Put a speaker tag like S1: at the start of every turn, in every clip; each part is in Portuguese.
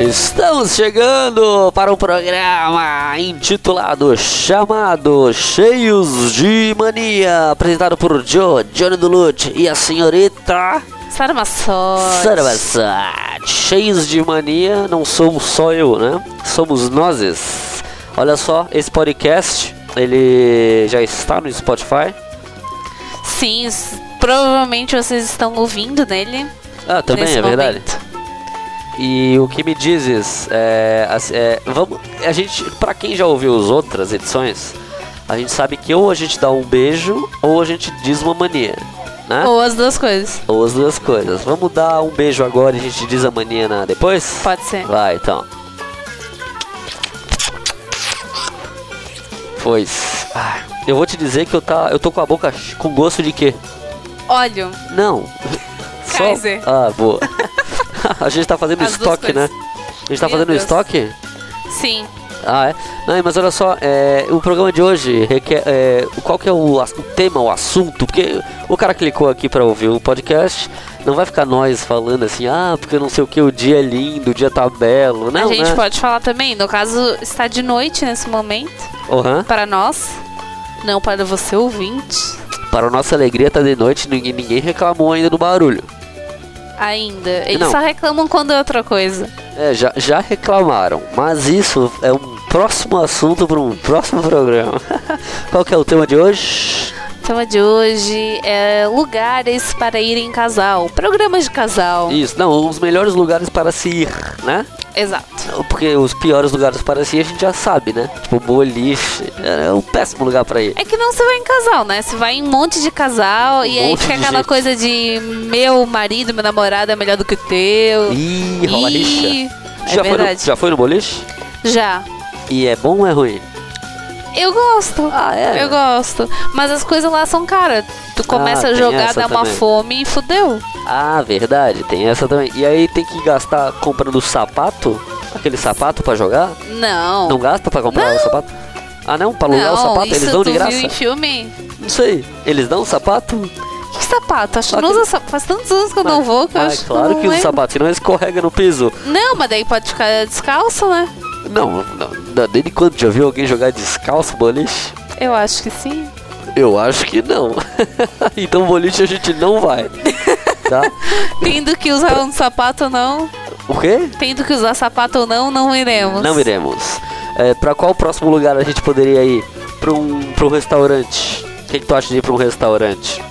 S1: Estamos chegando para um programa intitulado Chamado Cheios de Mania, apresentado por Joe, Johnny Duluth e a senhorita
S2: Sarmaçote.
S1: Sarvassat. Cheios de mania não somos só eu, né? Somos nós. Olha só, esse podcast, ele já está no Spotify.
S2: Sim, s- provavelmente vocês estão ouvindo nele.
S1: Ah, também,
S2: nesse
S1: é verdade.
S2: momento.
S1: E o que me dizes é, as- é, vamos, a gente, para quem já ouviu as outras edições, a gente sabe que ou a gente dá um beijo ou a gente diz uma mania, né? Ou,
S2: Ou as duas coisas.
S1: as duas coisas. Vamos dar um beijo agora e a gente diz a mania na depois?
S2: Pode ser.
S1: Vai, então. Pois. Ah, eu vou te dizer que eu tá, eu tô com a boca ch- com gosto de quê?
S2: Óleo.
S1: Não.
S2: Kaiser.
S1: Ah, boa. a gente tá fazendo
S2: As duas
S1: estoque, né?
S2: coisas.
S1: A gente tá
S2: Meu
S1: fazendo
S2: Deus.
S1: estoque?
S2: Sim.
S1: Ah, é? Não, mas olha só, é, o programa de hoje requer. é, qual que é o, ass- o tema, o assunto? Porque o cara clicou aqui pra ouvir o podcast, não vai ficar nós falando assim, ah, porque não sei o que, o dia é lindo, o dia tá belo. Não,
S2: a gente
S1: né?
S2: pode falar também. No caso, está de noite nesse momento.
S1: Aham.
S2: Para nós. Não para você ouvinte.
S1: Para nossa alegria tá de noite, ninguém, ninguém reclamou ainda do barulho.
S2: Ainda. Eles
S1: Não.
S2: só reclamam quando é outra coisa.
S1: É, já, já reclamaram, mas isso é um próximo assunto para um próximo programa. Qual que é o tema de hoje?
S2: O tema Então, de hoje é lugares para ir em casal. Programas de casal.
S1: Isso, não, os melhores lugares para se ir, né?
S2: Exato.
S1: Porque os piores lugares para se ir a gente já sabe, né? Tipo, boliche, é um péssimo lugar para ir.
S2: É que não se vai em casal, né? Se vai em um monte de casal e aí
S1: monte
S2: fica
S1: de
S2: aquela
S1: gente.
S2: coisa de meu marido, meu namorado é melhor do que o teu.
S1: Ih, rola rixa.
S2: Ih, É
S1: já, foi no,
S2: verdade.
S1: já foi no boliche?
S2: Já.
S1: E é bom ou é ruim?
S2: Eu gosto.
S1: Ah, é?
S2: Eu gosto. Mas as coisas lá são caras. Tu começa
S1: Ah,
S2: a
S1: tem
S2: jogar,
S1: essa
S2: dá uma
S1: também.
S2: fome e fudeu.
S1: Ah, verdade, tem essa também. E aí tem que gastar comprando sapato? Aquele sapato pra jogar?
S2: Não.
S1: Não gasta pra comprar
S2: Não.
S1: o sapato? Ah não, pra alugar o sapato?
S2: isso
S1: Eles dão de
S2: tu
S1: graça?
S2: viu em filme?
S1: Não sei. Eles dão o sapato?
S2: Que sapato? Acho que
S1: Ah,
S2: não
S1: que-
S2: usa sapato. Faz tantos anos que eu não vou que eu
S1: Ah,
S2: acho
S1: é claro
S2: que,
S1: que
S2: eu não
S1: o
S2: lembro.
S1: sapato, senão escorrega no piso.
S2: Não, mas daí pode ficar descalço, né?
S1: Não, não, não, desde quando já viu alguém jogar descalço boliche?
S2: Eu acho que sim.
S1: Eu acho que não. então boliche a gente não vai. Tá?
S2: Tendo que usar um sapato ou não,
S1: O quê?
S2: tendo que usar sapato ou não, não iremos.
S1: Não iremos. É, pra qual próximo lugar a gente poderia ir? Pra um, pra um restaurante. O que, que tu acha de ir pra um restaurante?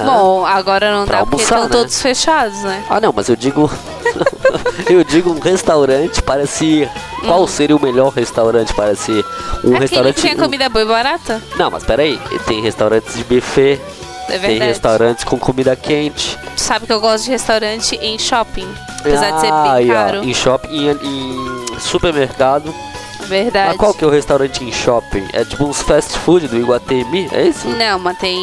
S1: Hã?
S2: Bom, agora não
S1: Ah. Pra
S2: dá porque
S1: almoçar,
S2: estão
S1: né?
S2: todos fechados, né?
S1: Ah, não, mas eu digo. eu digo um restaurante para se. ir. Qual seria o melhor restaurante para se. ir? Um
S2: Hum. Aquele
S1: restaurante.
S2: que tinha comida boa e barata?
S1: Não, mas peraí. Tem restaurantes de buffet,
S2: É
S1: tem
S2: verdade.
S1: restaurantes com comida quente.
S2: Tu sabe que eu gosto de restaurante em shopping. Apesar de ser
S1: Ah,
S2: bem
S1: e, ó,
S2: caro.
S1: Em shopping, em, em supermercado.
S2: Verdade.
S1: Mas qual que é o restaurante em shopping? É tipo uns fast food do Iguatemi? É isso?
S2: Não, mas tem,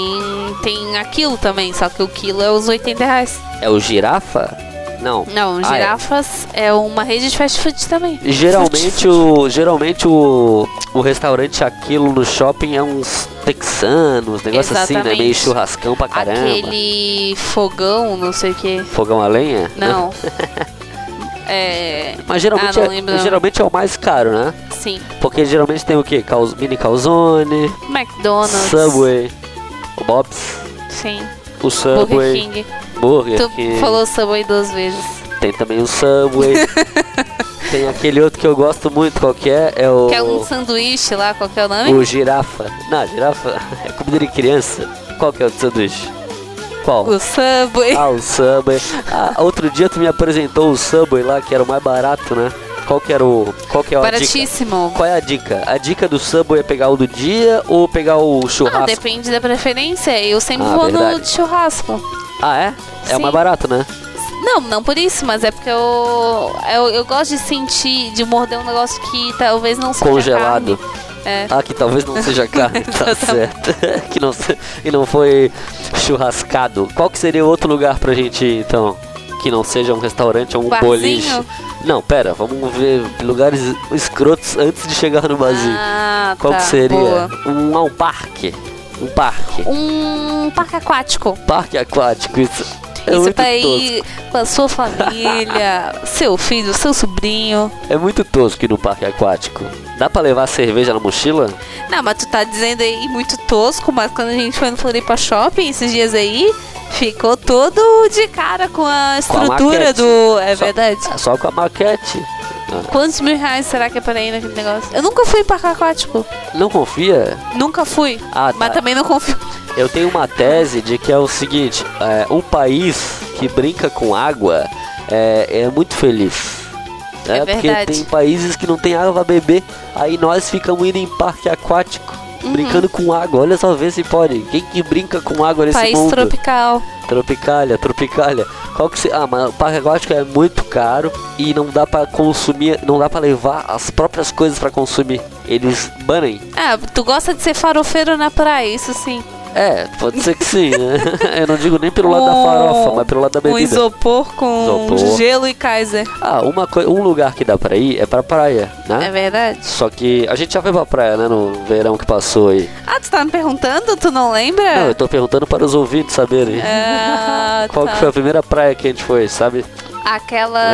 S2: tem a quilo também, só que o quilo é os 80 reais.
S1: É o girafa? Não.
S2: Não,
S1: Ah, é.
S2: girafas é. uma rede de fast food também.
S1: Geralmente o, geralmente o, o restaurante aquilo no shopping é uns texanos, negócio assim, né?
S2: Exatamente.
S1: Meio churrascão pra caramba.
S2: Aquele fogão, não sei o que.
S1: Fogão a lenha? né?
S2: Não. é.
S1: Mas geralmente,
S2: Ah, não
S1: é,
S2: lembro, não.
S1: geralmente é o mais caro, né?
S2: Sim.
S1: Porque geralmente tem o quê? Caus, mini calzone,
S2: McDonald's.
S1: Subway, o Bob's,
S2: Sim.
S1: o
S2: Burger
S1: Subway,
S2: King.
S1: Burger
S2: Tu
S1: King.
S2: falou Subway duas vezes.
S1: Tem também o Subway. tem aquele outro que eu gosto muito, qual que é? É o.
S2: Que é um sanduíche lá, qual que é o nome?
S1: O girafa. Não, girafa é comida de criança. Qual que é o sanduíche? Qual?
S2: O Subway.
S1: Ah, o Subway. Ah, outro dia tu me apresentou o Subway lá, que era o mais barato, né? Qual que era o... Qual que é a dica?
S2: Baratíssimo.
S1: Qual é a dica? A dica do Subway é pegar o do dia ou pegar o
S2: Ah,
S1: churrasco?
S2: depende da preferência. Eu sempre
S1: Ah,
S2: vou no
S1: verdade.
S2: de churrasco.
S1: Ah, é? É o
S2: Sim.
S1: mais barato, né?
S2: Não, não por isso, mas é porque eu, eu, eu gosto de sentir, de morder um negócio que talvez não seja
S1: Congelado.
S2: carne. É.
S1: Ah, que talvez não seja carne, tá certo. que não, se- e não foi churrascado. Qual que seria outro lugar pra gente ir, então? Que não seja um restaurante ou um
S2: Barzinho?
S1: boliche. Não, pera, vamos ver lugares escrotos antes de chegar no barzinho.
S2: Ah,
S1: Qual
S2: tá,
S1: que seria?
S2: boa.
S1: Um, ah, um parque. Um parque.
S2: Um parque aquático.
S1: Parque aquático, isso. É
S2: Isso
S1: muito
S2: pra ir
S1: tosco.
S2: com a sua família, seu filho, seu sobrinho.
S1: É muito tosco ir no parque aquático. Dá pra levar cerveja na mochila?
S2: Não, mas tu tá dizendo aí muito tosco, mas quando a gente foi no Floripa Shopping esses dias aí, ficou todo de cara com a estrutura
S1: maquete.
S2: do. É
S1: Só-
S2: verdade.
S1: Ah, Só com a maquete. Ah,
S2: Quantos mil reais será que é pra ir naquele negócio? Eu nunca fui em parque aquático.
S1: Não confia?
S2: Nunca fui.
S1: Ah,
S2: Mas
S1: tá.
S2: também não confio.
S1: Eu tenho uma tese de que é o seguinte: é, um país que brinca com água é, é muito feliz. né?
S2: É
S1: porque
S2: verdade.
S1: tem países que não tem água pra beber, aí nós ficamos indo em parque aquático,
S2: Uhum.
S1: brincando com água. Olha só, vê se pode. Quem que brinca com água nesse
S2: País
S1: mundo?
S2: tropical.
S1: Tropicália, Tropicália. Qual que se... Ah, mas o parque aquático é muito caro e não dá pra consumir, não dá pra levar as próprias coisas pra consumir. Eles banem.
S2: Ah, tu gosta de ser farofeiro na praia, isso sim.
S1: É, pode ser que sim. né? Eu não digo nem pelo lado da
S2: Um-
S1: farofa, mas pelo lado da
S2: Um
S1: bebida.
S2: isopor com
S1: Isopor.
S2: gelo e Kaiser.
S1: Ah, uma coi- um lugar que dá pra ir é pra praia,
S2: É
S1: né?
S2: verdade.
S1: Só que a gente já foi pra praia, né, no verão que passou aí.
S2: Ah, tu tá me perguntando? Tu não lembra?
S1: Não, eu tô perguntando para os ouvintes saberem.
S2: Ah,
S1: Qual
S2: tá.
S1: que foi a primeira praia que a gente foi, sabe?
S2: Aquela.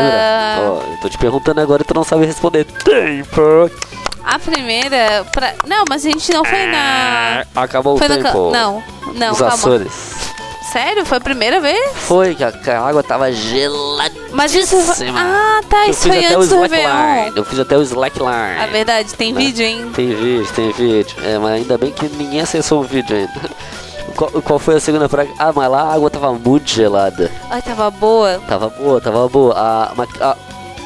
S1: Lembra? Ó, eu tô te perguntando agora e tu não sabe responder. Tempo!
S2: A primeira. Pra... Não, mas a gente não foi na.
S1: Ah, Acabou
S2: Foi
S1: É, o
S2: na. ca-
S1: tempo.
S2: Não, não,
S1: Os
S2: calma.
S1: Açores.
S2: Sério? Foi a primeira vez?
S1: Foi, que a, que a água tava geladíssima.
S2: Mas isso. foi- Ah, tá,
S1: eu
S2: isso
S1: fiz
S2: foi
S1: até o
S2: antes do
S1: slackline.
S2: Réveillon.
S1: Eu fiz até o slackline.
S2: A verdade, tem
S1: Né?
S2: vídeo, hein?
S1: Tem vídeo, tem vídeo. É, mas ainda bem que ninguém acessou o vídeo ainda. Qual, qual foi a segunda praga? Ah, mas lá a água tava muito gelada.
S2: Ai, tava boa.
S1: Tava boa, tava boa. A, mas a-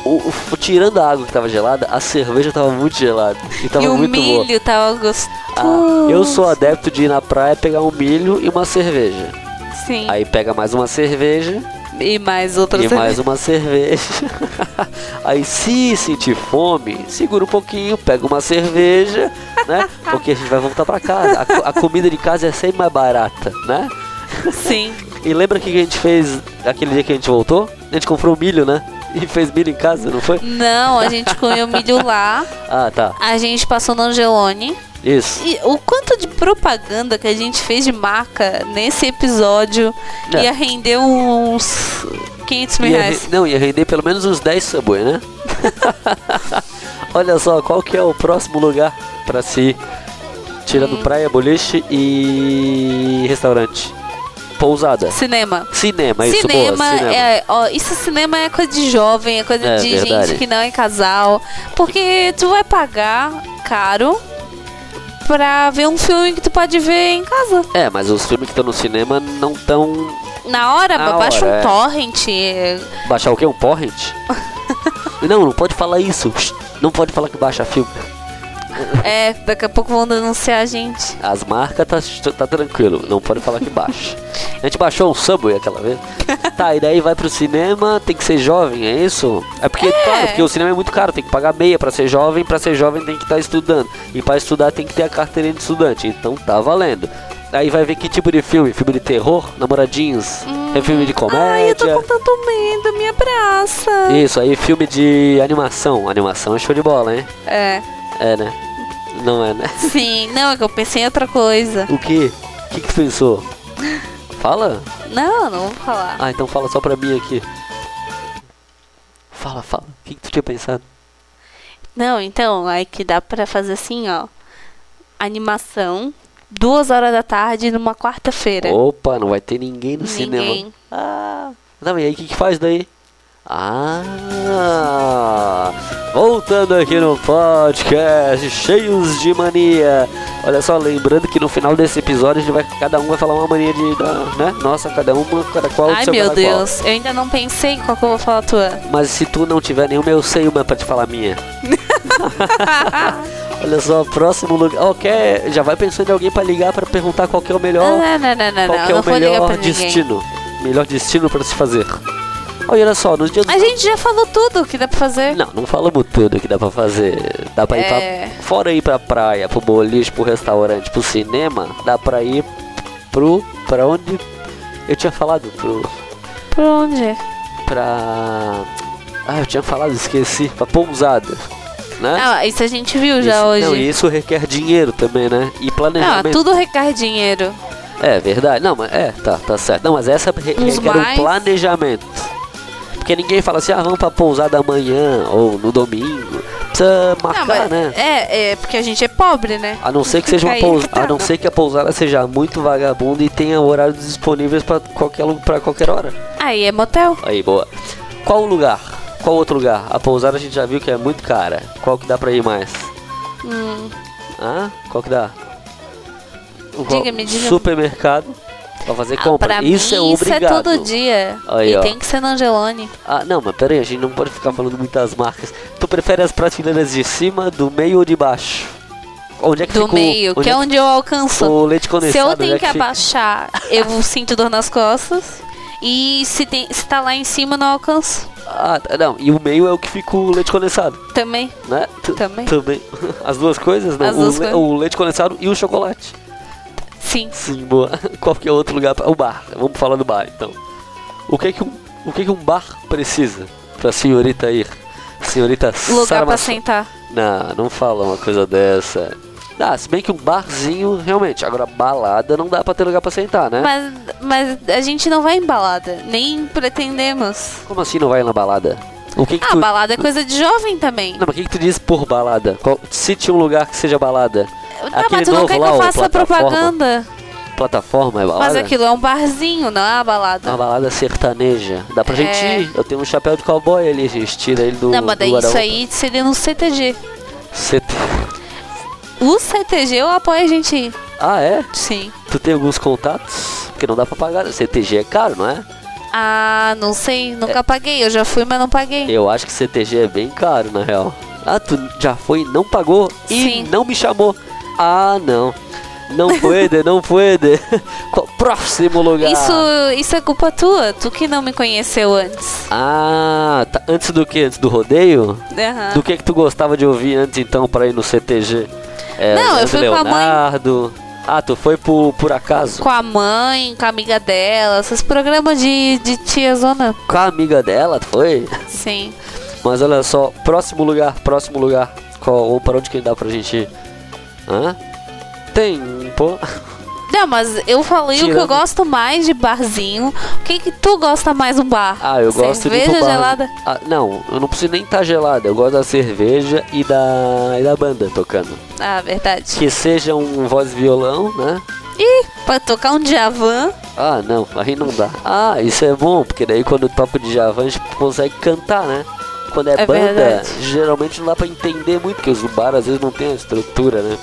S1: o- o- tirando a água que tava gelada, a cerveja tava muito gelada. E tava
S2: e o
S1: muito boa.
S2: milho tava gostoso.
S1: Ah, eu sou adepto de ir na praia pegar um milho e uma cerveja.
S2: Sim.
S1: Aí pega mais uma cerveja
S2: E mais outras
S1: e mais uma cerveja. Aí se sentir fome, segura um pouquinho, pega uma cerveja, né? Porque a gente vai voltar pra casa. A, co- a comida de casa é sempre mais barata, né?
S2: Sim.
S1: E lembra o que que a gente fez aquele dia que a gente voltou? A gente comprou milho, né? E fez milho em casa, não foi?
S2: Não, a gente comeu milho lá.
S1: Ah, tá.
S2: A gente passou no Angelone.
S1: Isso.
S2: E o quanto de propaganda que a gente fez de marca nesse episódio
S1: É.
S2: ia render uns 500 mil
S1: Ia re-
S2: reais.
S1: Não, ia render pelo menos uns 10 Subway, né? Olha só, qual que é o próximo lugar pra se ir? Tirando praia, boliche e restaurante. Pousada.
S2: Cinema.
S1: Cinema, isso,
S2: cinema,
S1: boa, cinema.
S2: é. Ó, isso cinema é coisa de jovem, é coisa
S1: É,
S2: de
S1: verdade.
S2: gente que não é casal. Porque tu vai pagar caro pra ver um filme que tu pode ver em casa.
S1: É, mas os filmes que estão no cinema não estão...
S2: Na hora,
S1: Na
S2: baixa
S1: hora,
S2: um
S1: é.
S2: torrent. é,
S1: Baixar o quê? Um torrent? não, não pode falar isso. Não pode falar que baixa filme.
S2: É, daqui a pouco vão denunciar a gente.
S1: As marcas tá, tá tranquilo, não pode falar que baixa. A gente baixou um Subway aquela vez. Tá, e daí vai pro cinema, tem que ser jovem, é isso? É porque, claro, porque o cinema é muito caro, tem que pagar meia pra ser jovem, pra ser jovem tem que estar estudando. E pra estudar tem que ter a carteirinha de estudante, então tá valendo. Aí vai ver que tipo de filme? Filme de terror? Namoradinhos? é filme de comédia?
S2: Hum. Ai, eu tô com tanto medo, me abraça.
S1: Isso, aí filme de animação. Animação é show de bola, hein?
S2: É.
S1: É, né? Não é, né?
S2: Sim, não, é que eu pensei em outra coisa.
S1: O que? O que que tu pensou? Fala?
S2: Não, não vou falar.
S1: Ah, então fala só pra mim aqui. Fala, fala. O que, que tu tinha pensado?
S2: Não, então, é que dá pra fazer assim, ó. Animação, duas horas da tarde, numa quarta-feira.
S1: Opa, não vai ter ninguém no cinema.
S2: Ninguém.
S1: Ah, não, e aí o que, que faz daí? Ah, voltando aqui no podcast, cheios de mania. Olha só, lembrando que no final desse episódio a gente vai, cada um vai falar uma mania de, da- né? Nossa, cada uma, cada qual.
S2: Ai,
S1: seu
S2: meu
S1: cada qual.
S2: Deus, eu ainda não pensei em qual que eu vou falar a tua.
S1: Mas se tu não tiver nenhuma, eu sei uma pra te falar minha. Olha só, próximo lugar. Ó, quer- já vai pensando em alguém pra ligar pra perguntar qual que é o melhor,
S2: Não, não, não, não, Ah, não,
S1: qual
S2: não,
S1: que é
S2: eu não
S1: o
S2: vou ligar pra
S1: melhor
S2: ninguém.
S1: destino. Melhor destino pra se fazer. Olha, olha só, nos dias
S2: A gente já falou tudo que dá pra fazer.
S1: Não, não falamos tudo que dá pra fazer. Dá pra ir
S2: É.
S1: pra. Fora ir pra praia, pro boliche, pro restaurante, pro cinema, dá pra ir pro. pra onde. Eu tinha falado pro.
S2: Por onde?
S1: pra. Ah, eu tinha falado, esqueci. Pra pousada. Né?
S2: Ah, isso a gente viu já
S1: Isso-
S2: hoje.
S1: Não, e isso requer dinheiro também, né? E
S2: Ah,
S1: planejamento.
S2: tudo requer dinheiro.
S1: É verdade. Não, mas é, tá, tá certo. Não, mas essa re-
S2: Uns
S1: requer um
S2: mais.
S1: planejamento. Porque ninguém fala assim, ah, vamos pra pousada amanhã ou no domingo. Precisa
S2: Não,
S1: marcar,
S2: mas
S1: né? Ah.
S2: é, é porque a gente é pobre, né?
S1: A não ser que seja uma
S2: Fica aí
S1: pousa- a
S2: quitado.
S1: não ser que a pousada seja muito vagabunda e tenha horários disponíveis pra qualquer lu- para qualquer hora.
S2: Aí é motel.
S1: Aí, boa. Qual o lugar? Qual outro lugar? A pousada a gente já viu que é muito cara. Qual que dá pra ir mais?
S2: Hum,
S1: Ah, qual que dá? O qual-
S2: Diga-me, diga-me.
S1: Supermercado pra fazer
S2: ah,
S1: compra.
S2: pra
S1: isso
S2: mim,
S1: é obrigado.
S2: Isso é todo dia.
S1: Aí,
S2: e
S1: ó.
S2: tem que ser na Angelone.
S1: Ah, não, mas pera aí, a gente não pode ficar falando muitas marcas. Tu prefere as prateleiras de cima, do meio ou de baixo? Onde é que
S2: Do
S1: fica o-
S2: meio, que é onde eu alcanço.
S1: o leite
S2: Se
S1: condensado?
S2: eu
S1: onde
S2: tenho
S1: é
S2: que
S1: que fica?
S2: abaixar, eu sinto dor nas costas. E se, tem, se tá lá em cima, eu não alcanço.
S1: Ah, tá, não, e o meio é o que fica o leite condensado,
S2: Também.
S1: né? Tu-
S2: Também.
S1: Também. As duas coisas, né?
S2: As
S1: o,
S2: duas
S1: le-
S2: coisas.
S1: o leite condensado e o chocolate.
S2: Sim.
S1: Sim, boa. Qual que é outro lugar? pra- O bar. Vamos falar do bar, então. O que que um, o que que um bar precisa pra senhorita ir? Senhorita
S2: Lugar
S1: Sara
S2: pra
S1: Maçã-
S2: sentar.
S1: Não, não fala uma coisa dessa. Ah, se bem que um barzinho, realmente. Agora, balada não dá pra ter lugar pra sentar, né?
S2: Mas, mas a gente não vai em balada. Nem pretendemos.
S1: Como assim não vai na balada? O que que
S2: Ah,
S1: tu...
S2: balada é coisa de jovem também.
S1: Não, mas o que que tu diz por balada? Qual... Cite um lugar que seja balada.
S2: Tá,
S1: Aquele
S2: mas tu não
S1: novo
S2: quer que
S1: lá,
S2: eu
S1: o
S2: faça
S1: plataforma.
S2: propaganda.
S1: Plataforma é balada?
S2: Mas aquilo é um barzinho, não é uma balada.
S1: Uma balada sertaneja. Dá pra
S2: É.
S1: gente ir. Eu tenho um chapéu de cowboy ali, gente. Tira ele do
S2: não, mas
S1: do
S2: daí isso
S1: Araújo.
S2: aí seria no CTG.
S1: Cê tem-
S2: O CTG eu apoio a gente ir.
S1: Ah, é?
S2: Sim.
S1: Tu tem alguns contatos? Porque não dá pra pagar. CTG é caro, não é?
S2: Ah, não sei, nunca paguei. Eu já fui, mas não paguei.
S1: Eu acho que CTG é bem caro, na real. Ah, tu já foi e não pagou e
S2: Sim.
S1: não me chamou. Ah, não. Não puede, não puede. Qual- Próximo lugar.
S2: Isso, isso é culpa tua, tu que não me conheceu antes.
S1: Ah, tá. antes do que? Antes do rodeio?
S2: Aham.
S1: Do que que tu gostava de ouvir antes, então, pra ir no CTG? É,
S2: Não, eu
S1: Leandro
S2: fui com a mãe.
S1: Leonardo. Ah, tu foi por, por acaso?
S2: Com a mãe, com a amiga dela, esses programas de, de tia zona.
S1: Com a amiga dela, tu foi?
S2: Sim.
S1: Mas olha só, próximo lugar, próximo lugar. Qual, ou pra onde que dá pra gente ir? Hã? Tem, pô.
S2: Não, mas eu falei o que
S1: Tirando-
S2: eu gosto mais de barzinho. O que que tu gosta mais um bar?
S1: Ah, eu gosto de ir
S2: Cerveja
S1: pro bar.
S2: gelada?
S1: Ah, não, eu não preciso nem estar gelada. Eu gosto da cerveja e da, e da banda tocando.
S2: Ah, verdade.
S1: Que seja um voz e violão, né?
S2: Ih, pra tocar um Djavan.
S1: Ah, não, aí não dá. Ah, isso é bom, porque daí quando toca de Javan a gente consegue cantar, né? Quando é,
S2: É
S1: banda,
S2: verdade.
S1: geralmente não dá pra entender muito, porque os bar às vezes não tem a estrutura, né?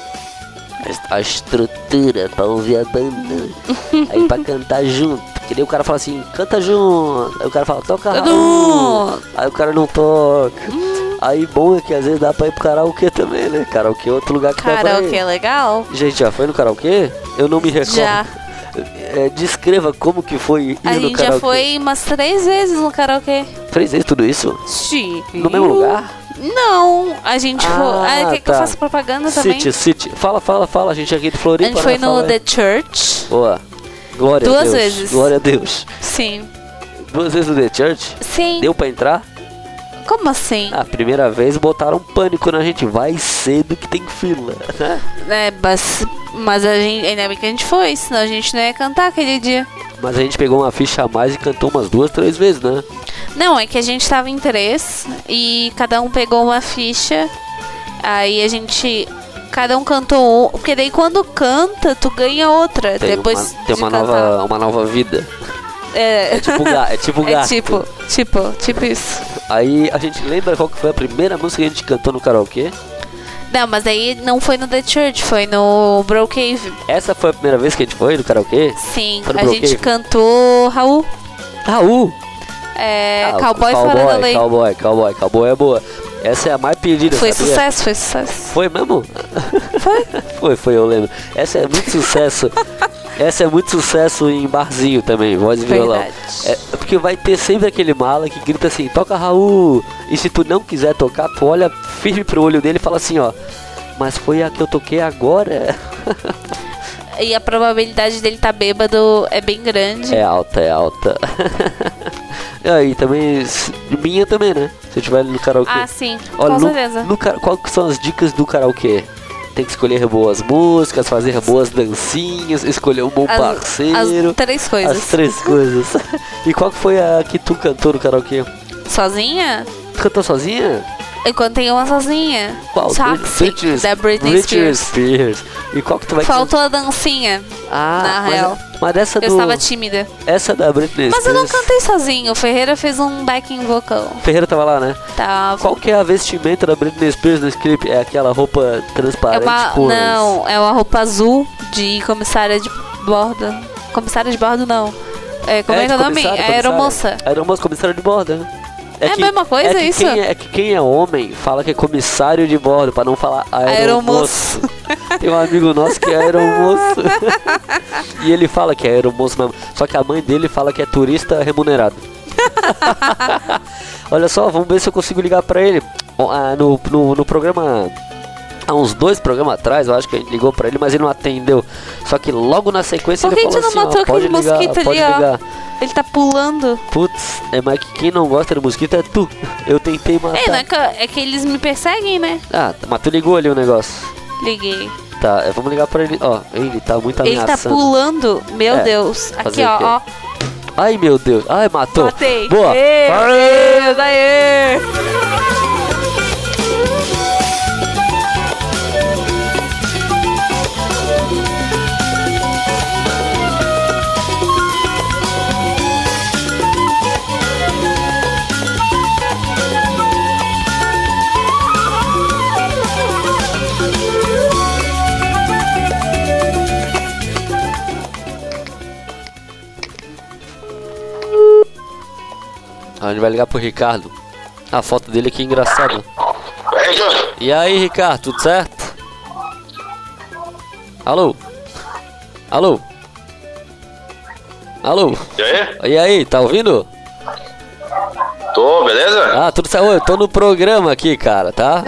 S1: A est- A estrutura pra ouvir a banda. Aí pra cantar junto. Que daí o cara fala assim, canta junto. Aí o cara fala, toca
S2: Todo
S1: Raul.
S2: mundo.
S1: Aí o cara não toca.
S2: Hum.
S1: Aí bom é que às vezes dá pra ir pro karaokê também, né? Karaokê é outro lugar que dá pra ir.
S2: Karaokê é legal?
S1: Gente, já foi no karaokê? Eu não me recordo.
S2: Já.
S1: É, descreva como que foi ir
S2: A
S1: no
S2: gente
S1: karaokê.
S2: já foi umas três vezes no karaokê.
S1: Três vezes tudo isso?
S2: Chique.
S1: No mesmo lugar?
S2: Não, a gente
S1: Ah,
S2: foi. Ah, quer que eu
S1: tá.
S2: faça propaganda também?
S1: City, City. Fala, fala, fala. A gente aqui de
S2: a
S1: Floripa.
S2: gente foi
S1: né?
S2: no
S1: Fala aí.
S2: The Church.
S1: Boa. Glória a
S2: Duas
S1: Deus.
S2: vezes.
S1: Glória a Deus.
S2: Sim.
S1: Duas vezes no The Church.
S2: Sim.
S1: Deu Ah. pra entrar?
S2: Como assim?
S1: A primeira vez botaram pânico na gente. Vai cedo que tem fila. né?
S2: É, mas, mas a gente, ainda bem que a gente foi, senão a gente não ia cantar aquele dia.
S1: Mas a gente pegou uma ficha a mais e cantou umas duas, três vezes, né?
S2: Não, é que a gente tava em três e cada um pegou uma ficha. Aí a gente. Cada um cantou um. Porque daí quando canta, tu ganha outra.
S1: Tem
S2: depois
S1: uma, tem
S2: de
S1: uma
S2: cantar.
S1: nova, uma nova vida.
S2: É,
S1: É tipo, ga- é tipo
S2: é
S1: gato.
S2: tipo, tipo, tipo isso.
S1: Aí a gente lembra qual que foi a primeira música que a gente cantou no karaokê?
S2: Não, mas aí não foi no The Church, foi no Bro Cave.
S1: Essa foi a primeira vez que a gente foi no karaokê?
S2: Sim,
S1: Foi no
S2: a
S1: Bro
S2: gente
S1: Cave? cantou
S2: cantou Raul.
S1: Raul!
S2: É,
S1: Ah,
S2: Cowboy, Fora da Lei.
S1: Cowboy, cowboy, cowboy é boa. Essa é a mais pedida,
S2: Foi
S1: sabia?
S2: sucesso, foi sucesso.
S1: Foi mesmo?
S2: Foi?
S1: foi, foi, eu lembro. Essa é muito sucesso. Essa é muito sucesso em barzinho também, voz e violão.
S2: Verdade.
S1: É, porque vai ter sempre aquele mala que grita assim, toca Raul. E se tu não quiser tocar, tu olha firme pro olho dele e fala assim, ó. Mas foi a que eu toquei agora.
S2: E a probabilidade dele tá bêbado é bem grande.
S1: É alta, é alta. e aí também, s- minha também, né? Se eu tiver no karaokê.
S2: Ah, sim,
S1: Olha,
S2: com
S1: no,
S2: certeza.
S1: no, cara- qual que são as dicas do karaokê? tem que escolher boas músicas, fazer boas dancinhas, escolher um bom
S2: As-
S1: parceiro.
S2: As três
S1: As,
S2: coisas.
S1: três coisas. e qual que foi a que tu cantou no karaokê?
S2: Sozinha?
S1: Tu cantou sozinha?
S2: Eu cantei uma sozinha.
S1: Qual?
S2: Toxic, da Britney, Spears.
S1: Spears. E qual que tu vai
S2: Faltou a dancinha.
S1: Ah,
S2: na
S1: mas,
S2: real.
S1: Mas essa
S2: Eu
S1: do.
S2: estava tímida.
S1: Essa da Britney
S2: Mas eu
S1: Spears.
S2: não cantei sozinho. O Ferreira fez um backing vocal.
S1: Ferreira tava lá, né?
S2: Tava.
S1: Qual que é a vestimenta da Britney Spears no clipe? É aquela roupa
S2: É
S1: transparente
S2: uma,
S1: com as-
S2: não, é uma roupa azul de comissária de bordo. Comissária de bordo, não. É, como é,
S1: de
S2: que é o nome?
S1: comissário,
S2: É
S1: comissário.
S2: aeromoça.
S1: Aeromoça, comissário de bordo, né?
S2: É a mesma coisa,
S1: é que
S2: isso?
S1: Quem é, é que quem é homem fala que é comissário de bordo, pra não falar aeromoço.
S2: Aeromoço.
S1: Tem um amigo nosso que é aeromoço. e ele fala que é aeromoço mesmo. Só que a mãe dele fala que é turista remunerado. Olha só, vamos ver se eu consigo ligar pra ele. Ó, ah, No, no, no programa. Há uns dois programas atrás, eu acho que a gente ligou pra ele, mas ele não atendeu. Só que logo na sequência
S2: Por
S1: ele
S2: que a gente
S1: falou assim,
S2: não matou
S1: ó, pode
S2: aquele
S1: ligar,
S2: mosquito
S1: pode
S2: ali, ó?"
S1: ligar.
S2: Ele tá pulando.
S1: Putz, é mais que quem não gosta de mosquito é tu. Eu tentei matar.
S2: É, não é, que, é que eles me perseguem, né?
S1: Ah, mas tu ligou ali o negócio.
S2: Liguei.
S1: Tá, é, vamos ligar pra ele. Ó, ele tá muito
S2: ele tá
S1: ameaçando.
S2: pulando. Meu
S1: É,
S2: Deus. Aqui,
S1: fazer o quê?
S2: ó, ó.
S1: Ai, meu Deus. Ai, matou.
S2: Matei.
S1: Boa.
S2: Ei,
S1: Aê!
S2: Deus, aê.
S1: Ó, ele vai ligar pro Ricardo. A foto dele aqui é engraçada.
S3: Ei, Júnior,
S1: E aí, Ricardo, tudo certo? Alô? Alô? Alô?
S3: e aí?
S1: E aí, tá ouvindo?
S3: Tô, beleza?
S1: Ah, tudo certo. Ô, Eu tô no programa aqui, cara, tá?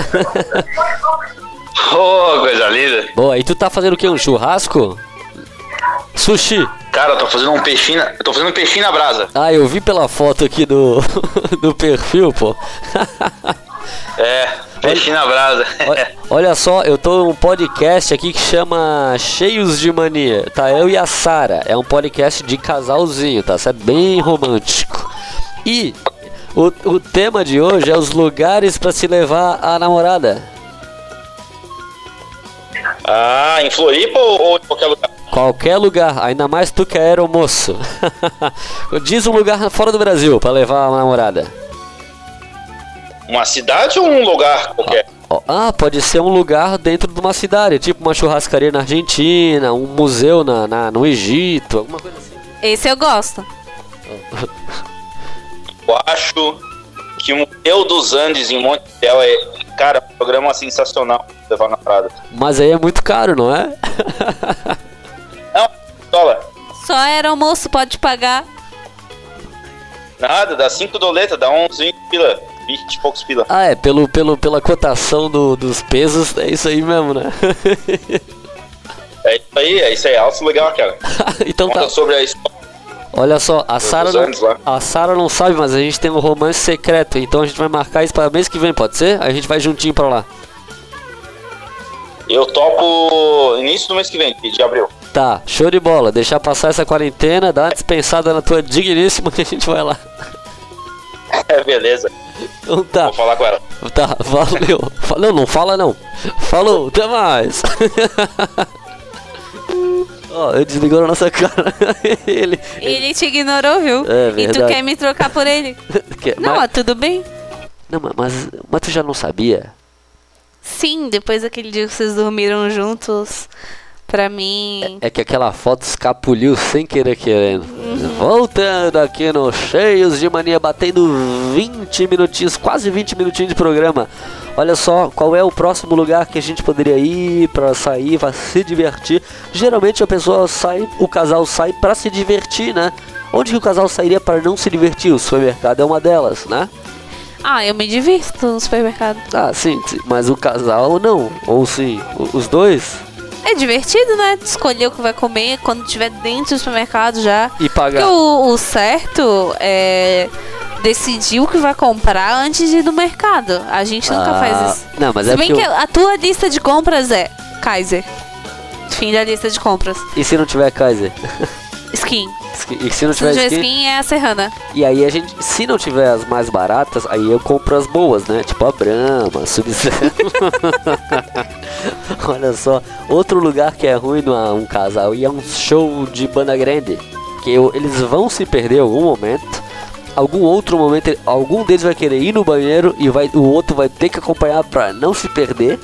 S3: Ô, coisa linda.
S1: Boa, e tu tá fazendo o quê? Um churrasco? Sushi.
S3: Cara, eu tô fazendo um peixinho na... Eu tô fazendo um peixinho na brasa.
S1: Ah, eu vi pela foto aqui do, do perfil, pô.
S3: É, peixinho na brasa.
S1: Olha, olha só, eu tô num podcast aqui que chama Cheios de Mania. Tá eu e a Sara. É um podcast de casalzinho, tá? Isso é bem romântico. E o, o tema de hoje é os lugares pra se levar a namorada.
S3: Ah, em Floripa ou, ou em qualquer lugar?
S1: Qualquer lugar, ainda mais tu que era o moço. Diz um lugar fora do Brasil pra levar a namorada.
S3: Uma cidade ou um lugar qualquer?
S1: Ó, Ah, pode ser um lugar dentro de uma cidade, tipo uma churrascaria na Argentina, um museu na, na- no Egito, alguma coisa assim.
S2: Esse eu gosto.
S1: Ah.
S3: Eu acho que o Museu dos Andes em Montevideo é, cara, um programa sensacional pra levar na brasa.
S1: Mas aí é muito caro, não é?
S3: Não, dólar.
S2: Só era almoço, pode pagar.
S3: Nada, dá 5 doletas, dá 11 pila, 20 e poucos pila.
S1: ah, é, pelo, pelo, pela cotação do- dos pesos, é isso aí mesmo, né?
S3: É isso aí, é isso aí, alto legal, cara.
S1: então tá.
S3: Conta sobre a história.
S1: Olha só, a Sara
S3: anos lá.
S1: não, a Sara não sabe, mas a gente tem um romance secreto, então a gente vai marcar isso para mês que vem, pode ser? A gente vai juntinho pra lá.
S3: Eu topo início do mês que vem, de abril.
S1: Tá, show de bola. Deixar passar essa quarentena, dar uma dispensada na tua digníssima que a gente vai lá.
S3: É, beleza.
S1: Então tá.
S3: Vou falar com ela.
S1: Tá, valeu. Fa- Não, não fala não. Falou, até mais. Ó, ele desligou na nossa cara. ele.
S2: Ele te ignorou, viu?
S1: É
S2: e tu
S1: verdade.
S2: quer me trocar por ele?
S1: que-
S2: Não, ó,
S1: mas,
S2: tudo bem?
S1: não, mas, mas, mas tu já não sabia?
S2: Sim, depois daquele dia que vocês dormiram juntos, pra mim.
S1: É que aquela foto escapuliu sem querer querendo. Voltando aqui no Cheios de Mania, batendo 20 minutinhos, quase 20 minutinhos de programa. Olha só, qual é o próximo lugar que a gente poderia ir pra sair, pra se divertir? Geralmente a pessoa sai, o casal sai pra se divertir, né? Onde que o casal sairia para não se divertir? O supermercado é uma delas, né?
S2: Ah, eu me divirto no supermercado.
S1: Ah, sim, sim, mas o casal não, ou sim, o- os dois.
S2: É divertido, né? Escolher o que vai comer quando tiver dentro do supermercado já.
S1: E pagar.
S2: Porque o, o certo é decidir o que vai comprar antes de ir no mercado. A gente nunca
S1: Ah,
S2: faz isso.
S1: Não, mas
S2: Se
S1: é
S2: bem
S1: porque
S2: que
S1: eu-
S2: a tua lista de compras é Kaiser. Fim da lista de compras.
S1: E se não tiver Kaiser?
S2: Skin.
S1: E se não
S2: Se
S1: tiver
S2: não tiver
S1: skin?
S2: skin, é a Serrana.
S1: E aí a gente, se não tiver as mais baratas, aí eu compro as boas, né? Tipo a Brahma, a Sub-Zero. Olha só, outro lugar que é ruim numa- um casal e é um show de banda grande. Que eu- eles vão se perder em algum momento. Algum outro momento, ele- algum deles vai querer ir no banheiro e vai, o outro vai ter que acompanhar pra não se perder.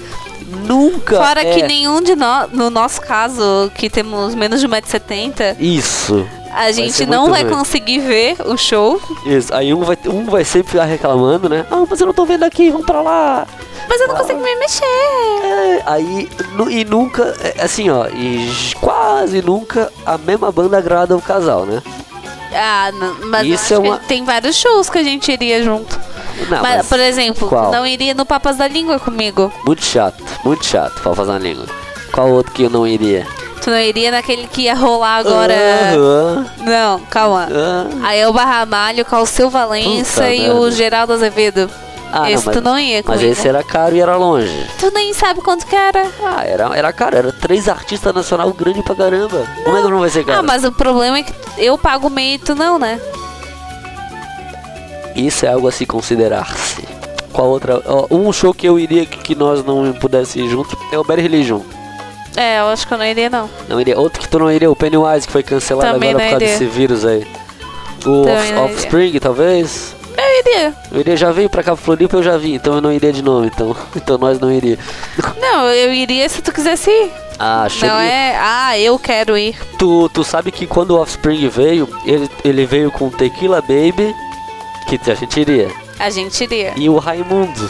S1: Nunca
S2: Fora
S1: é
S2: que nenhum de nós, no nosso caso, que temos menos de 1,70m,
S1: isso.
S2: a
S1: ser
S2: gente
S1: muito
S2: não vai
S1: ruim.
S2: conseguir ver o show.
S1: Isso, aí um vai, um vai sempre ficar reclamando, né? Ah, mas eu não tô vendo aqui, vamos pra lá.
S2: Mas eu não consigo me mexer.
S1: É, aí, nu- e nunca, é, assim ó, e j- quase nunca a mesma banda agrada o casal, né?
S2: Ah, não, mas
S1: Isso
S2: Isso
S1: é
S2: acho
S1: uma-
S2: que tem vários shows que a gente iria junto.
S1: Não,
S2: mas,
S1: mas
S2: por exemplo,
S1: qual?
S2: não iria no Papas da Língua comigo.
S1: Muito chato, muito chato, pra fazer uma língua. Qual outro que eu não iria?
S2: Tu não iria naquele que ia rolar agora.
S1: Aham,
S2: Não, calma.
S1: aham.
S2: Aí é o Barramalho com o seu Valença
S1: Puta
S2: e
S1: merda.
S2: o Geraldo Azevedo.
S1: Ah,
S2: esse tu não ia
S1: Mas
S2: comigo.
S1: esse é era caro e era longe.
S2: Tu nem sabe quanto que era.
S1: Ah, era, era caro, era três artistas nacional grande pra caramba. Como é que não vai ser caro?
S2: Ah, mas o problema é que eu pago meio e tu não, né?
S1: Isso é algo a se considerar-se. Qual outra? ó, um show que eu iria que, que nós não pudesse ir junto é o Bad Religion.
S2: É, eu acho que eu não iria, não.
S1: Não iria. Outro que tu não iria, o Pennywise, que foi cancelado
S2: Também
S1: agora por
S2: não
S1: causa
S2: iria.
S1: desse vírus aí. O
S2: Também
S1: Off-
S2: não iria.
S1: Offspring, talvez.
S2: Eu iria.
S1: Eu iria, já veio pra cá pra Floripa, eu já vi, então eu não iria de novo, então. Então nós não iria.
S2: Não, eu iria se tu quisesse ir.
S1: Ah, show.
S2: Não é, ah, eu quero ir.
S1: tu, tu sabe que quando o Offspring veio, ele, ele veio com Tequila Baby, que a gente iria,
S2: A gente iria.
S1: e o Raimundo.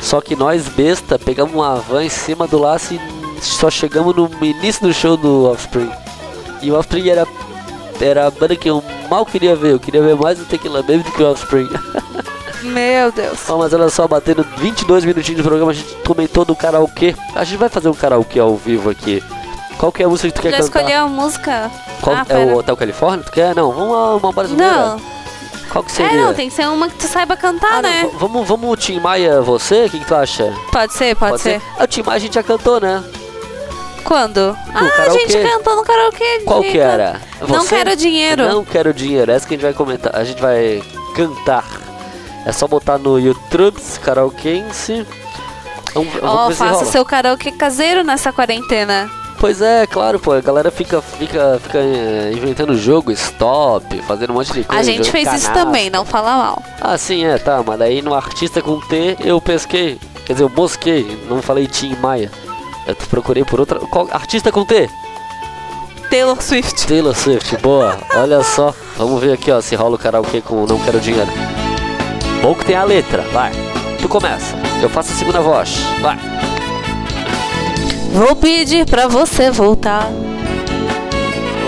S1: Só que nós, besta, pegamos uma van em cima do laço e só chegamos no início do show do Offspring. E o Offspring era, era a banda que eu mal queria ver. Eu queria ver mais o Tequila Baby do que o Offspring.
S2: Meu Deus.
S1: Ó, mas olha só, batendo 22 minutinhos de programa, a gente comentou do karaokê. A gente vai fazer um karaokê ao vivo aqui. Qual que é a música que tu quer
S2: Já
S1: cantar?
S2: escolheu a música?
S1: Qual
S2: Ah,
S1: é
S2: pera.
S1: o Hotel Califórnia? Tu quer? Não, vamos a uma brasileira.
S2: Não.
S1: Qual que seria?
S2: É, não, tem que ser uma que tu saiba cantar,
S1: Ah, não,
S2: né?
S1: v- Vamos, vamos Tim Maia, você? O que, que tu acha?
S2: Pode ser, pode, ser.
S1: Ah, o Tim Maia a gente já cantou, né?
S2: Quando? ah,
S1: karaokê.
S2: a gente cantou no karaokê. de-
S1: Qual que era?
S2: Não
S1: Você?
S2: quero dinheiro.
S1: Não quero dinheiro. Essa que a gente vai comentar. A gente vai cantar. É só botar no YouTube, karaokense. Vamos,
S2: Ó,
S1: vamos ver se
S2: faça
S1: rola.
S2: seu karaokê caseiro nessa quarentena.
S1: Pois é, claro, pô. A galera fica, fica, fica eh, inventando jogo, stop, fazendo um monte de coisa.
S2: a gente
S1: jogo
S2: fez isso
S1: canastra.
S2: também, não fala mal.
S1: Ah, sim, é, tá. Mas daí no artista com T eu pesquei. Quer dizer, eu mosquei. Não falei Tim Maia. Eu procurei por outra. Qual? Artista com T?
S2: Taylor Swift.
S1: Taylor Swift, boa. Olha só. Vamos ver aqui, ó, se rola o karaokê com Não Quero Dinheiro. Bom que tem a letra, vai. Tu começa. Eu faço a segunda voz. Vai.
S2: Vou pedir pra você voltar.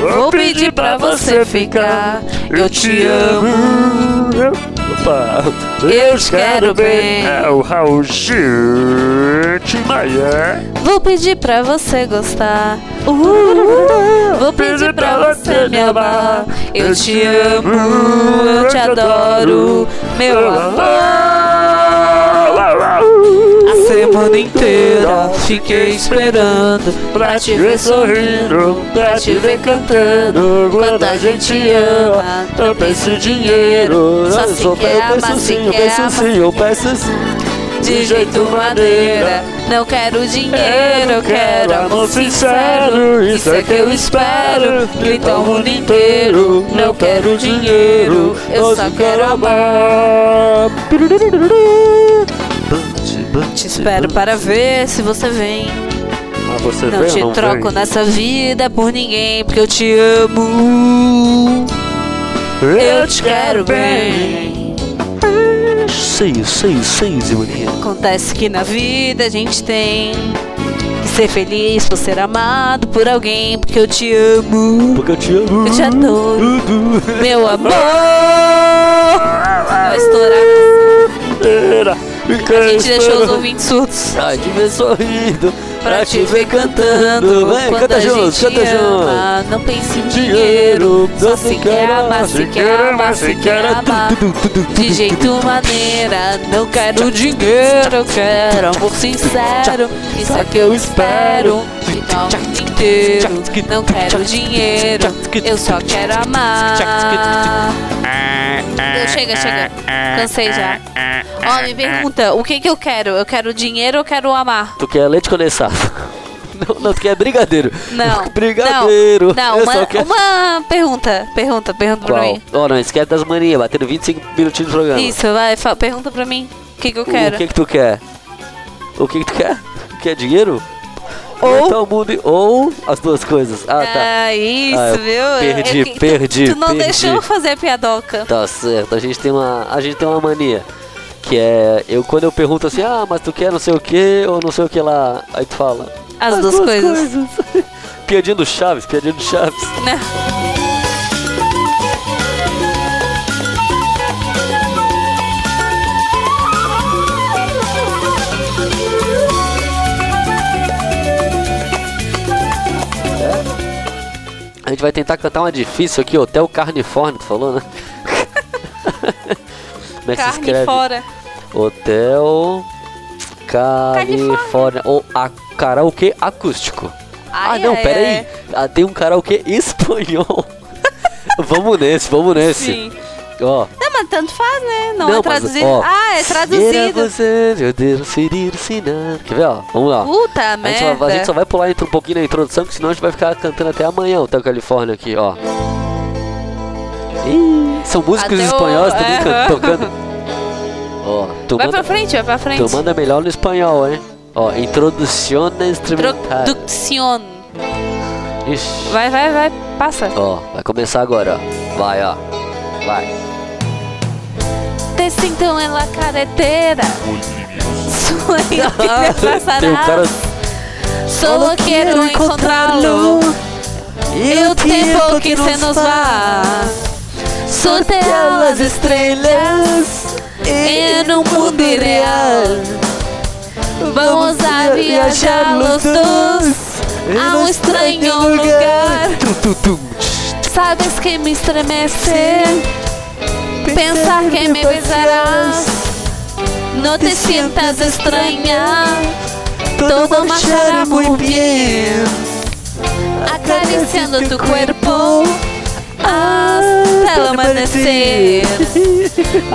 S2: Vou pedir pra você ficar. Eu te amo.
S4: Opa,
S2: Eu te quero bem.
S4: É o Raul Gil de Maia.
S2: Vou pedir pra você gostar. Uh, vou pedir pra você me amar. Eu te amo, eu te adoro, meu amor. A semana inteira fiquei esperando pra te ver sorrindo, pra te ver cantando. Quando a gente ama,
S4: Eu peço dinheiro.
S2: Só
S4: eu
S2: se
S4: sou-
S2: quer
S4: eu peço
S2: ama, se
S4: sim, eu
S2: quer ama,
S4: peço sim, eu peço sim.
S2: de jeito maneira. Não quero dinheiro, eu quero amor sincero. Isso é que eu espero. Gritar o mundo inteiro. Não quero dinheiro, eu só quero amar. Te espero para ver se você vem.
S1: Mas você
S2: Não
S1: vê,
S2: te
S1: não
S2: troco
S1: vem?
S2: nessa vida por ninguém, porque eu te amo. Eu te quero bem.
S1: Seis, seis, seis, Ivaninha.
S2: Acontece que na vida a gente tem que ser feliz por ser amado por alguém, porque eu te amo.
S1: Porque eu te amo.
S2: Eu te adoro, meu amor. Vai estourar.
S4: Era.
S2: A
S1: ficar
S2: gente deixou os
S1: esperando.
S2: ouvintes surdos.
S1: Pra te ver sorrindo,
S2: Pra te ver cantando.
S1: Vem,
S2: quando
S1: canta
S2: a
S1: junto,
S2: gente
S1: canta junto.
S2: ama, Não pense em
S1: Dinheiro,
S2: dinheiro. Só se quer amar, se quer amar, se quer amar. De jeito maneira, não quero dinheiro, eu quero amor sincero. Isso é que eu espero. Ficar o mundo inteiro. Não quero dinheiro, eu só quero amar. Deu, chega, chega. Cansei já. Ó, me pergunta, o que que eu quero? Eu quero dinheiro ou eu quero amar?
S1: Tu quer leite condensado? Não, não, tu quer brigadeiro.
S2: Não.
S1: Brigadeiro.
S2: Não, não
S1: Eu
S2: uma,
S1: só quero...
S2: uma pergunta. Pergunta, pergunta pra
S1: Qual?
S2: mim.
S1: Ó, não, esquece das manias, batendo 25 minutinhos de programa.
S2: Isso, vai, fa- pergunta pra mim. O que que eu
S1: O
S2: quero?
S1: que que tu quer? O que que tu quer? Tu quer dinheiro?
S2: Ou-
S1: Então, mundo, ou as duas coisas. Ah, tá.
S2: Ah, isso,
S1: Ah, eu
S2: viu?
S1: perdi,
S2: É que tu-
S1: perdi,
S2: Tu, não
S1: perdi.
S2: deixou eu fazer a piadoca.
S1: Tá certo, a gente tem uma, a gente tem uma mania. Que é, eu quando eu pergunto assim, ah, mas tu quer não sei o que ou não sei o que lá, aí tu fala.
S2: As, duas, coisas.
S1: piadinha do Chaves, piadinha do Chaves.
S2: Né?
S1: A gente vai tentar cantar uma difícil aqui, Hotel Carnifórnia, tu falou, né? Como é que se
S2: Carne
S1: escreve?
S2: fora.
S1: Hotel Califórnia. Ou a karaokê acústico.
S2: Ai,
S1: ah, não,
S2: ai,
S1: peraí.
S2: ai.
S1: Ah, tem um karaokê espanhol. vamos nesse, vamos nesse.
S2: Sim.
S1: Ó.
S2: Não, mas tanto faz, né? Não, é
S1: mas,
S2: traduzido.
S1: ó,
S2: ah, é
S1: Era
S2: traduzido.
S1: você, eu devo seguir ensinar. Quer ver, ó? Vamos lá.
S2: Puta
S1: A gente, só,
S2: merda.
S1: a gente só vai pular entre um pouquinho na introdução, que senão a gente vai ficar cantando até amanhã o Teu Califórnia aqui, ó. Ih, são músicos
S2: Até o-
S1: espanhóis
S2: é,
S1: também
S2: aham.
S1: can- tocando. Ó, tu
S2: Vai
S1: manda,
S2: pra frente, vai pra frente.
S1: tu manda melhor no espanhol, hein? Ó, introdução instrumental.
S2: Traducción.
S1: Ixi.
S2: Vai, vai, vai. Passa.
S1: Ó, vai começar agora, ó. Vai, ó. Vai.
S2: Te sinto en la carretera. Sueño que te
S1: Tem um cara...
S2: pasará. Solo quiero encontrarlo.
S1: E
S2: Eu tempo que se nos va. Sortea las estrelas en un mundo irreal. Vamos a viajar los dos a un extraño lugar. Sabes que me estremece pensar que me besarás. No te sientas extraña, todo marchará muy bien. um Acariciando tu cuerpo Ah, hasta el amanecer.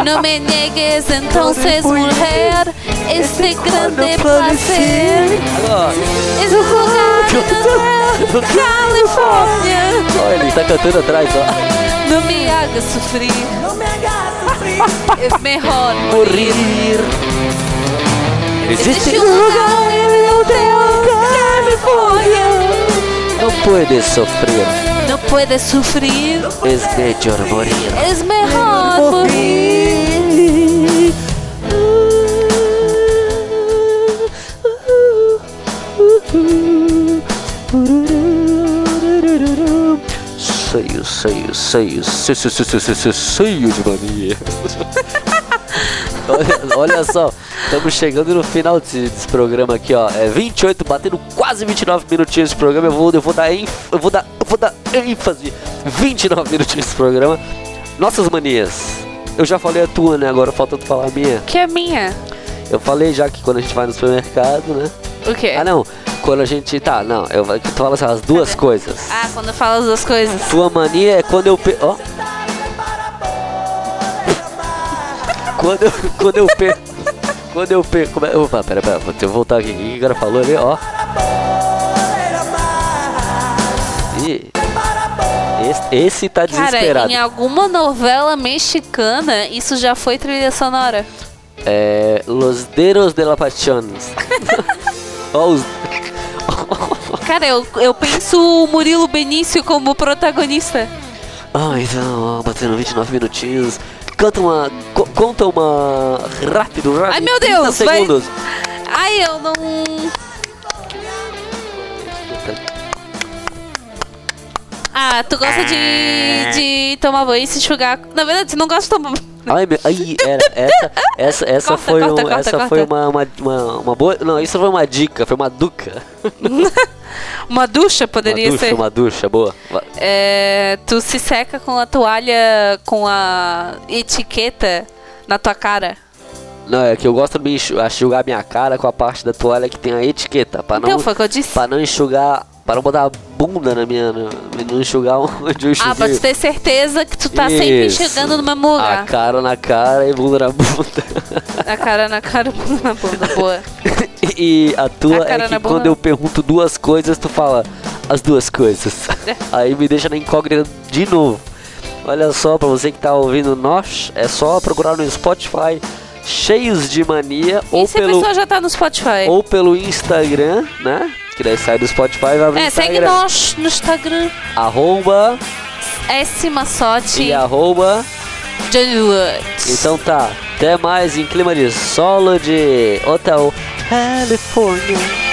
S2: No me niegues entonces, mujer, este grande placer.
S1: Agora.
S2: Es jugar en la California.
S1: Ó, ele tá cantando atrás, ó.
S2: No me hagas sufrir. No me hagas sufrir. Es mejor morir.
S1: Morrer.
S2: Existe um lugar em hotel Califórnia.
S1: Não pode sofrer.
S2: Não pode sofrer.
S1: Es mejor morir.
S2: Es mejor morir.
S1: Seio, seio, seio, seio, seio, seio, seio, seio, seio de mania. olha, olha só, estamos chegando no final desse, desse programa aqui, ó. É 28, batendo quase 29 minutinhos de programa. Eu vou, eu vou dar, ênf- eu vou dar, eu vou dar ênfase. 29 minutinhos de programa. Nossas manias. Eu já falei a tua, né? Agora falta tu falar a minha.
S2: Que é minha.
S1: Eu falei já que quando a gente vai no supermercado, né?
S2: O quê?
S1: Ah, não. Quando a gente. Tá, não. Eu, tu fala assim, as duas coisas.
S2: Ah, quando fala as duas coisas.
S1: Tua mania é quando eu. Pe... Ó. quando eu. Quando eu. Pe... quando eu. Pe... Como é... Opa, pera, pera. Deixa eu voltar aqui. O que o cara falou ali, ó. Ih. Esse, esse tá
S2: Cara,
S1: desesperado.
S2: em alguma novela mexicana, isso já foi trilha sonora.
S1: É. Los dedos de la pasión. ó, os.
S2: Cara, eu, eu penso o Murilo Benício como protagonista.
S1: Ah, então, ó, batendo 29 minutinhos. Canta uma. co- conta uma. Rápido, rápido.
S2: Ai, meu
S1: 30
S2: Deus, vai-
S1: segundos.
S2: Ai, eu não.
S1: É.
S2: Ah, tu gosta de, de tomar banho e se enxugar. Na verdade, tu não gosta de tomar banho.
S1: Ai, meu, ai, era, essa, essa, essa
S2: Corta,
S1: foi,
S2: corta,
S1: um-
S2: corta,
S1: essa
S2: corta.
S1: foi uma, uma, uma, uma boa. Não, isso foi uma dica, foi uma duca.
S2: Uma ducha
S1: Ah. Uma
S2: poderia
S1: ducha,
S2: ser.
S1: uma ducha, boa. Va-
S2: É, tu se seca com a toalha com a etiqueta na tua cara.
S1: Não, é que eu gosto de me enxu- enxugar minha cara com a parte da toalha que tem a etiqueta, pra não,
S2: então foi o que eu disse.
S1: pra não enxugar, pra não botar a bunda na minha, no- não enxugar onde eu enxuguei.
S2: Ah, pra tu ter certeza que tu tá sempre
S1: Isso. Ah,
S2: enxergando no mesmo
S1: A
S2: lugar.
S1: cara na cara e bunda na bunda.
S2: A cara na cara, bunda na bunda, boa.
S1: e a tua
S2: A cara
S1: é que
S2: na bunda.
S1: quando eu pergunto duas coisas, tu fala as duas coisas.
S2: É.
S1: Aí me deixa na incógnita de novo. Olha só, pra você que tá ouvindo nós, é só procurar no Spotify cheios de mania ou
S2: e se a
S1: pelo,
S2: pessoa já tá no Spotify?
S1: ou pelo Instagram, né? Que daí sai do Spotify e vai pro
S2: É, segue
S1: Instagram.
S2: nós no Instagram.
S1: Arroba
S2: S Massote
S1: e arroba.
S2: Johnny Lutz.
S1: Então tá, até mais em clima de solo de Hotel California.